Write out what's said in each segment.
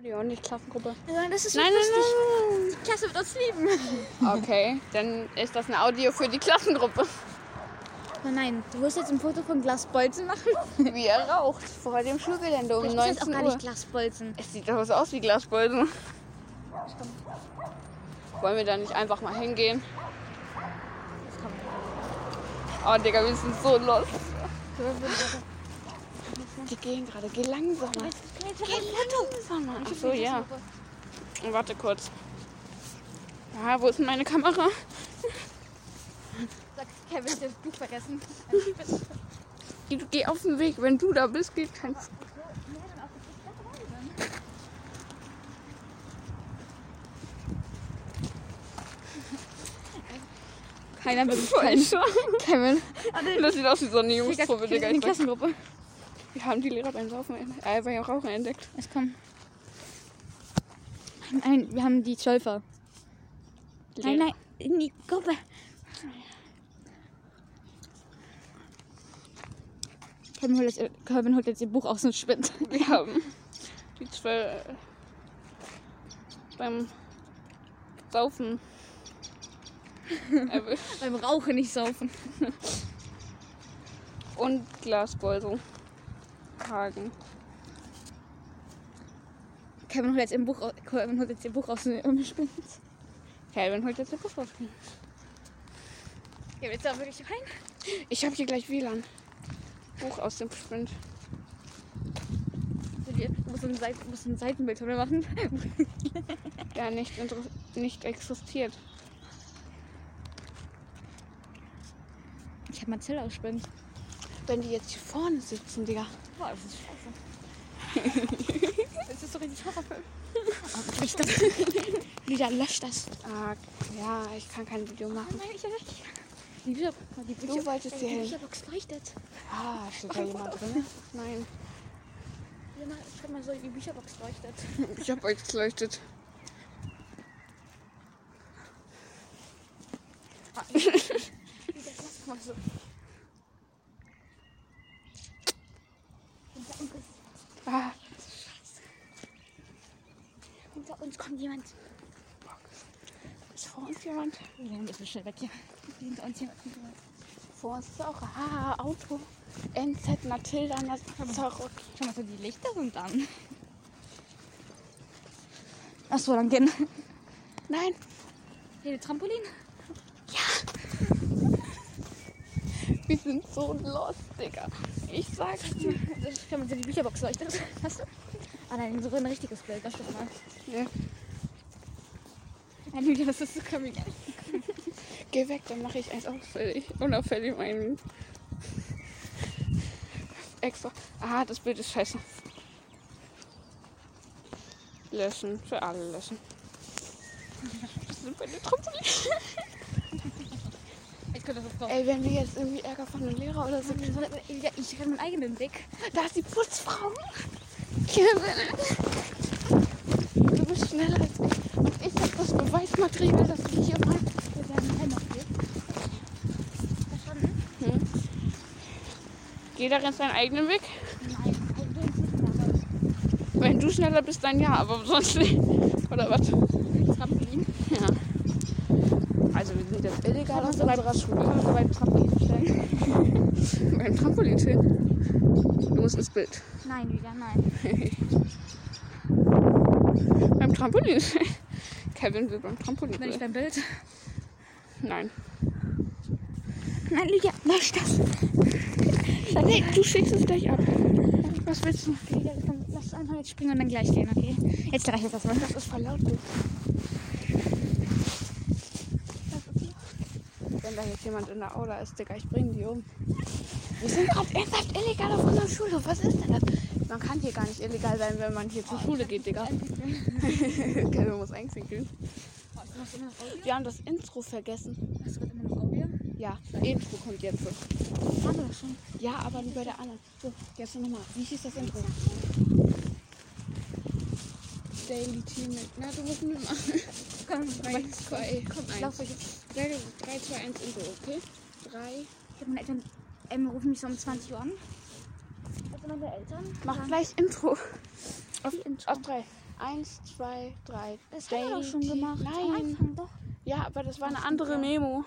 die Only-Klassengruppe. Nein, das ist Nein, nicht lustig. nein, Die Klasse wird uns lieben. nein. Okay, dann ist das ein Audio für die Klassengruppe. Oh nein, du wirst jetzt ein Foto von Glasbolzen machen. Wie er raucht vor dem Schulgelände um Vielleicht ist das 19 auch gar Uhr. nicht Glasbolzen. Es sieht doch so aus wie Glasbolzen. Wollen wir da nicht einfach mal hingehen? Oh, Digga, wir sind so los. Die gehen gerade. Geh langsamer. Geh langsamer. Ach so, ja. Warte kurz. Ja, wo ist denn meine Kamera? Sag Kevin, das Buch vergessen. Geh, du- geh auf den Weg. Wenn du da bist, geht kein... Keiner wirklich Falscher. Kevin. Das sieht aus wie so eine Jungsprobe, Kevin ist Digga. in die Ich sag, Klassengruppe. Wir haben die Lehrer beim Saufen, äh, beim Rauchen entdeckt. Es kommen. Nein, wir haben die Zwölfer. Nein, nein, in die Gruppe. Kevin holt jetzt, Kevin holt jetzt ihr Buch aus dem Spind. Wir haben die zwölf äh, beim Saufen erwischt Beim Rauchen nicht saufen. und Glasbeutel tragen. Kevin holt jetzt, im Buch, au- Kevin holt jetzt ihr Buch aus dem Spind. Calvin holt jetzt eine Kofferspiel. Geh jetzt da wirklich rein? Ich habe hier gleich WLAN. Buch aus dem Spind. Also wir müssen ein, Seiten, muss ein Seitenbild von mir machen. Der nicht, inter- nicht existiert. Ich habe Marcel aus Spind. Wenn die jetzt hier vorne sitzen, Digga. Boah, das ist scheiße. das ist so richtig Horrorfilm. Oh, Ich dachte, Lida, lösch das. Ah, ja, ich kann kein Video machen. Oh nein, ich erreiche die Bücher, die Bücher, Du wolltest die hier hin. Bücherbox leuchtet. Ah, steht da jemand drin? Nein. Ja, mal- Schreib mal so, die Bücherbox leuchtet. Ich hab euch geleuchtet. Ah. Lass mal so. Hinter uns, ist- Ah, hinter uns kommt jemand. ist vor uns jemand? Wir müssen schnell weg hier. Hinter uns jemand. hinter uns. Vor uns ist auch. Ah, Auto. NZ Matilda Nazarok. Schau mal, so die Lichter sind an. Ach so, dann gehen. Nein. Hier, Trampolin. Wir sind so lost, Digga. Ich sag's dir. Ich kann mir so die Bücherbox leuchtet. Hast du? Ah nein, so ein richtiges Bild. Das stimmt mal. Nee. Nein, Julia, das ist so komisch. Geh weg, dann mache ich eins auffällig. Unauffällig meinen. Extra. Ah, das Bild ist scheiße. Löschen. Für alle löschen. Das sind meine Trampolin. Ich könnte das auch Ey, wenn wir jetzt irgendwie Ärger von einem Lehrer oder so kriegen. Julia, ich kann meinen eigenen Weg. Da ist die Putzfrau. Kevin. Du bist schneller als ich. Und ich habe das Beweismaterial, dass ich hier mal. Wir werden halt noch hier. Verstanden? Jeder rennt seinen eigenen Weg. Nein, also du bist Wenn du schneller bist, dann ja, aber sonst nicht. Oder was? nicht Trampolin. Ja. Also wir sind jetzt illegal aus unserer Schule. Beim Trampolin stehen. beim Trampolin stehen. Du musst ins Bild. Nein, Julia, nein. Beim Trampolin stehen. Kevin will beim Trampolin Bin ich stehen. beim Bild? Nein. Nein, Julia, lösch das. Nee, du schickst es gleich ab. Was willst du? Julia, komm, lass einfach jetzt springen und dann gleich gehen, okay? Jetzt reicht es erstmal. Das ist voll laut. du. Wenn da jetzt jemand in der Aula ist, Digga, ich bring die um. Wir sind gerade ernsthaft illegal auf unserem Schulhof. Was ist denn das? Oh, Man kann hier gar nicht illegal sein, wenn man hier zur Schule geht, Digga. Kevin muss einklingeln. Hast du das immer noch Audio? Wir haben das Intro vergessen. Hast du das immer noch Audio? Ja, Intro kommt jetzt. Haben wir das schon. Ja, aber nur bei der anderen. So, jetzt nochmal. Wie hieß das Intro? Daily Team. Na, du musst mitmachen. Komm, rein. 3, 2, 1. Lauf euch jetzt. 3, 2, 1, Intro, okay? 3, Ich hab meine Eltern, ähm, rufen mich so um 20 Uhr an. Also meine Eltern? Mach gleich Intro. Auf, Auf drei. Eins, zwei, drei. Das haben wir doch schon Dating. gemacht. Am Nein. Anfang doch. Ja, aber das war eine stimmt, andere ja. Memo.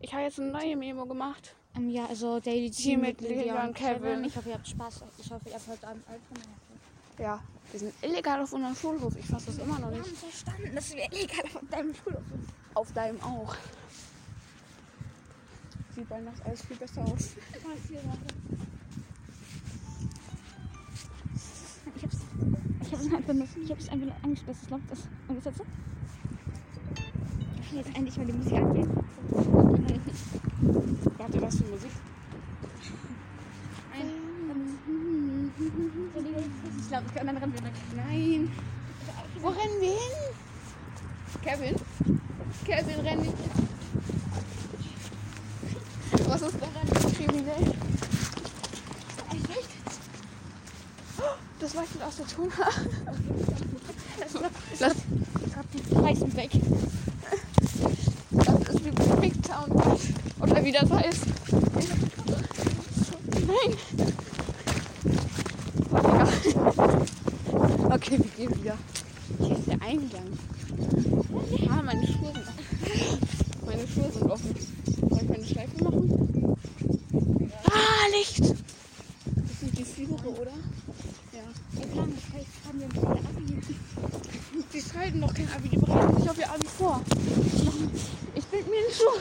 Ich habe jetzt eine neue Memo gemacht. Ähm, ja, also Daily Team mit Lydia und Kevin. Ich hoffe, ihr habt Spaß. Ich hoffe, ihr habt heute Abend alle von mir. Ja, wir sind illegal auf unserem Schulhof. Ich fasse das immer noch Wir nicht. haben verstanden, dass wir illegal von deinem Schulhof sind. Auf deinem auch. Sieht bei Nacht alles viel besser aus. Ich hab's, ich hab's einfach nur, ich hab's einfach nur Angst, dass es laut ist. Und jetzt so. Ich kann jetzt endlich mal die Musik angehen. Warte, was für Musik? Ich glaube, ich kann dann rennen wir weg. Ne? Nein. Wo rennen wir hin? Kevin? Kevin, renn nicht. jetzt. Was ist daran so kriminell? Echt nicht? Das leuchtet aus der Tuna. Ich hab die Scheißen weg. Das ist wie Big Town Bash. Oder wie das heißt. Nein. Oh, egal. Okay, wir gehen wieder. Hier ist der Eingang. Ah, meine Schuhe sind offen. Meine Schuhe sind offen. Soll ich meine Schleife machen? Ah, Licht! Das sind die Flügel, oder? Ja. Ey, Plan, ich kann- ich kann mir ein bisschen abgeben. Die schreiben noch kein Abi, die bereiten sich auf ihr Abi vor. Ich bild mir einen Schuh.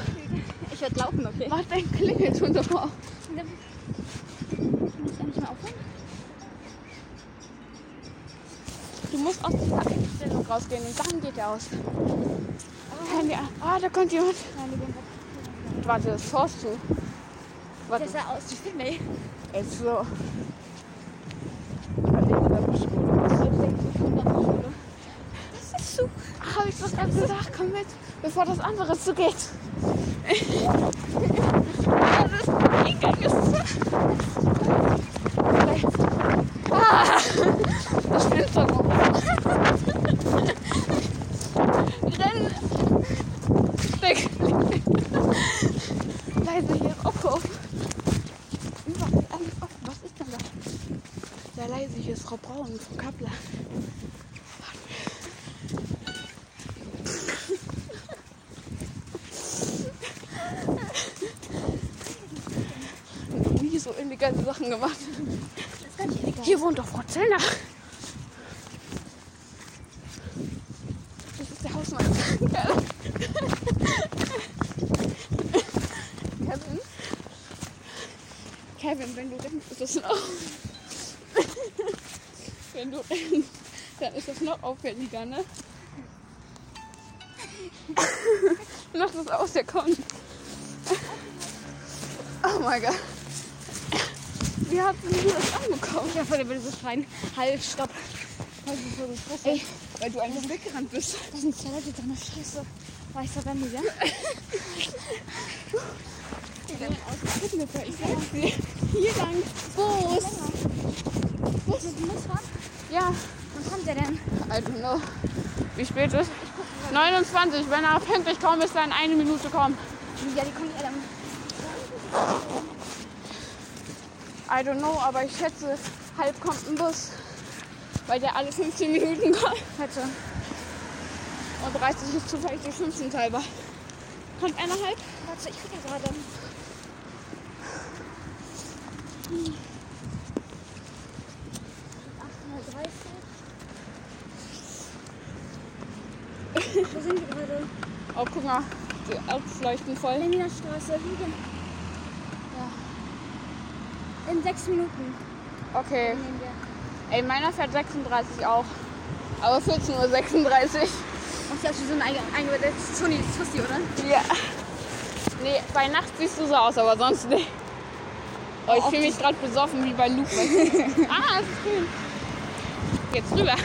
Ich werde laufen, okay? Mach dein Klingelton doch mal auf. Muss ich endlich mal aufhören? Du musst aus dieser Abstellung rausgehen und dann geht er aus. Handy an. Ah, da kommt jemand. Nein, wir gehen weg. Warte, das schaust du. Warte, Das sah aus wie Finney. jetzt so. Habe Das ist so. ich das gerade gesagt? Komm mit, bevor das andere zugeht. das ist Eingang ist. Ah, das Fenster rum. Renn! Weg! Leise, hier Oh, ist Rocco. Überall alles offen. Was ist denn da? Sehr leise, hier ist Frau Braun, Frau Kappler. Noch nie so illegale Sachen gemacht. Das ist gar nicht illegal. Hier wohnt doch Frau Zellner. Das ist der Hausmann. Kevin. Kevin, wenn du rennst, ist das noch. wenn du rennst, dann ist das noch auffälliger, ne? Mach das aus, der kommt. Oh mein Gott. Wie hat denn hier das angekommen? Ich hoffe, der will so schreien. Halt, stopp. Ey, weil du einfach weggerannt bist. Da sind zwei Leute drin. Scheiße. War ich so bei mir, ja? Ich sag sie. Hier lang. Bus. Was? Mit dem Motorrad? Ja, Wann kommt der denn? I don't know. Wie spät ist? 29. Wenn er pünktlich kommt, ist er in eine Minute kommen. Ja, die kommen alle am... I don't know, aber ich schätze, halb kommt ein Bus. Weil der alle 15 Minuten kommt. Heute. Und 30 ist zufällig die 15 halber. Kommt einer halb? Warte, ich krieg ja gerade. Hm. 18.30. Wo sind wir gerade? Oh, guck mal. Die Autos leuchten voll. Berliner Straße. Hier gehen- In sechs Minuten Okay. nehmen wir. Ey, meiner fährt 36 auch. Aber 14.36 Uhr. Ach, das ist so ein einge- eingebedecktes Toni, das Tussi, oder? Ja. Nee, bei Nacht siehst du so aus, aber sonst nicht. Oh, ich fühle mich gerade besoffen wie bei Luke. weißt du? ah, es ist grün. Jetzt rüber.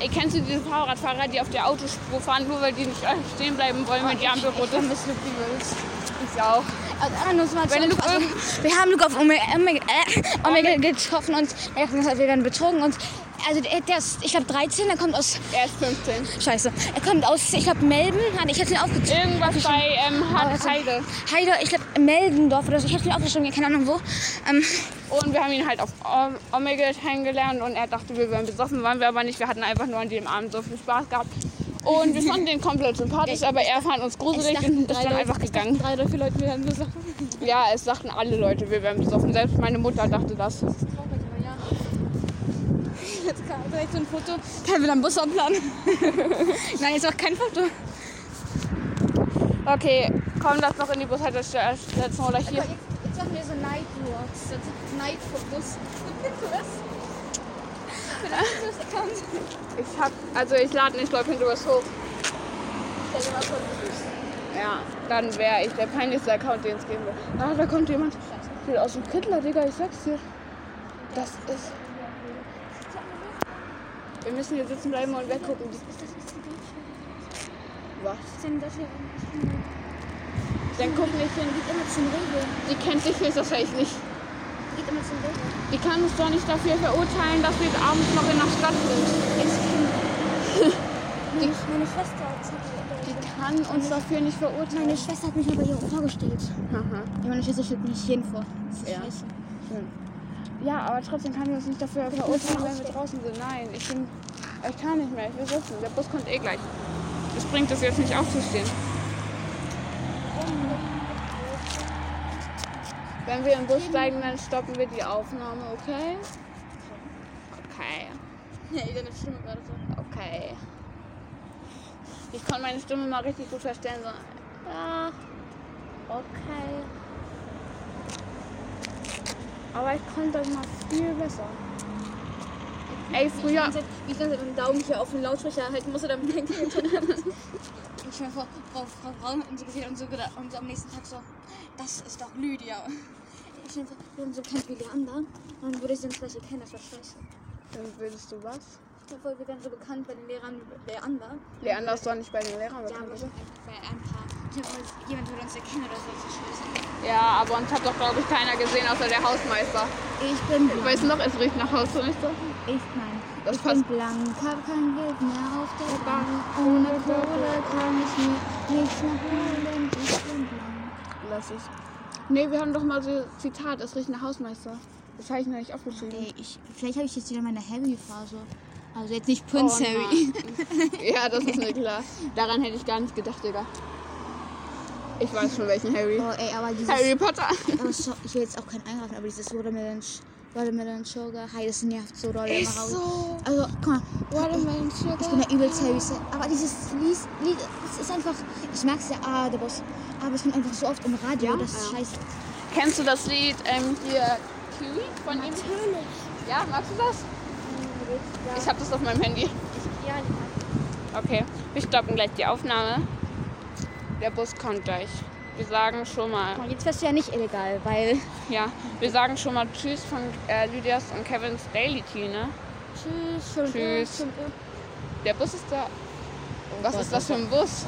Ey, kennst du diese Fahrradfahrer, die auf der Autospur fahren, nur weil die nicht stehen bleiben wollen, wenn die Ampel Oh, rot ist? Miss Luke übrigens. Ich auch. Also, ah, nur so mal Also, Wenn zur Luke Auffassung. wir haben Luke auf Omega, Omega, äh, Omega getroffen und er hat gesagt, wir werden betrogen und also der, der ist, ich glaube, 13, der kommt aus, Er ist 15. scheiße, er kommt aus, ich glaube, Melben, Warte, ich hätte ihn aufgezogen. Irgendwas bei ähm, Aber so- Heide. Oh, also, Heide, ich glaube, Meldendorf oder so, ich hätte ihn aufgeschrieben, keine Ahnung wo. Ähm, Und wir haben ihn halt auf Om- Omega kennengelernt und er dachte, wir wären besoffen, waren wir aber nicht. Wir hatten einfach nur an dem Abend so viel Spaß gehabt. Und wir fanden den komplett sympathisch, aber er fand uns gruselig und ist dann einfach gegangen. drei oder vier Leute mir dann gesagt. Ja, es dachten alle Leute, wir wären besoffen. Selbst meine Mutter dachte das. also Jetzt kam direkt so ein Foto. Der will am Bus planen. Nein, jetzt auch kein Foto. Okay, komm, lass noch in die Bushaltestelle setzen oder hier. Jetzt machen wir so Nightwalks. Night Bus. Pinterest. Pinterest-Account. Ich hab, also ich lade nicht bei Pinterest hoch. Ja, dann wäre ich der peinlichste Account, den es geben wird. Ah, da kommt jemand. Will aus dem Kittler, Digga, ich sag's dir. Das ist. Wir müssen hier sitzen bleiben und weggucken. Was? Denn das hier Dann guck nicht hin. geht immer zum Rewe. Die kennt sich höchstwahrscheinlich nicht. Geht immer zum Rewe. Die kann uns doch nicht dafür verurteilen, dass wir jetzt abends noch in der Stadt sind. Als Kind. Meine, meine Schwester hat Die kann uns dafür nicht verurteilen. meine Schwester hat mich aber hier vorgestellt. Aha. Ja, meine Schwester stellt mich jeden vor. Das ist Ja. scheiße. Ja, aber trotzdem kann ich uns nicht dafür verurteilen, wenn wir draußen sind. Nein, ich bin. Ich kann nicht mehr, ich will sitzen. Der Bus kommt eh gleich. Es bringt es jetzt nicht aufzustehen. Wenn wir im Bus steigen, dann stoppen wir die Aufnahme, okay? Okay. Ja, deine Stimme gerade so. Okay. Ich konnte meine Stimme mal richtig gut verstellen. So. Ja. Okay. Aber ich konnte das mal viel besser. Ey, früher. Wie ich dann mit dem Daumen hier auf den Lautsprecher halten musste, damit kein Kind Ich stelle mir vor, Frau, Frau Braun hat uns so gesehen und so, gedacht, und so am nächsten Tag so, das ist doch Lydia. Ich stelle mir vor, wir haben so kennt wie Leander und dann würde ich sie uns vielleicht erkennen, das war scheiße. Dann würdest du was? Ich stelle mir vor, wir wären so bekannt bei den Lehrern wie Leander. Leander ist doch nicht bei den Lehrern Ja, bekannt, aber oder? bei ein paar. Ich stelle mir vor, jemand würde uns erkennen oder so, das ist scheiße. Ja, aber uns hat doch, glaube ich, keiner gesehen, außer der Hausmeister. Ich bin blank. Weißt du noch, es riecht nach Hausmeister? Ich, nein. Das ich bin passt. blank, hab kein Geld mehr auf der Bank. Bank. Ohne Kohle kann ich mir nichts mehr holen. Ich bin blank. Lass ich. Nee, wir haben doch mal so Zitat, es riecht nach Hausmeister. Das habe ich mir nicht aufgeschrieben. Ey, ich, vielleicht habe ich jetzt wieder meine Harry-Phase. Also jetzt nicht Oh Prinz Harry. nein. Ja, das ist mir klar. Daran hätte ich gar nicht gedacht, Digga. Ich weiß schon welchen Harry. Oh, ey, aber dieses. Harry Potter. Aber so, ich will jetzt auch keinen eingreifen, aber dieses Watermelon, Sch- Watermelon Sugar, hi, das nervt so doll immer raus. so. Also, guck mal, Watermelon ich bin Sugar. ja übelst Harry. Styles. Aber dieses Lied, Lied, es ist einfach. Ich mag's ja, ah, der Boss. Aber es kommt einfach so oft im Radio, Ja? das ist Ja. scheiße. Kennst du das Lied ähm, hier Kiwi von ihm? Natürlich. Ja, magst du das? Ich habe das auf meinem Handy. Ja, Okay, wir stoppen gleich die Aufnahme. Der Bus kommt gleich. Wir sagen schon mal, Und jetzt wärst du ja nicht illegal, weil. ja, wir sagen schon mal Tschüss von äh, Lydias und Kevins Daily Tea, ne? Tschüss, fünf Uhr, Tschüss. fünf Uhr. Der Bus ist da. Was Gott, ist das für ein Bus?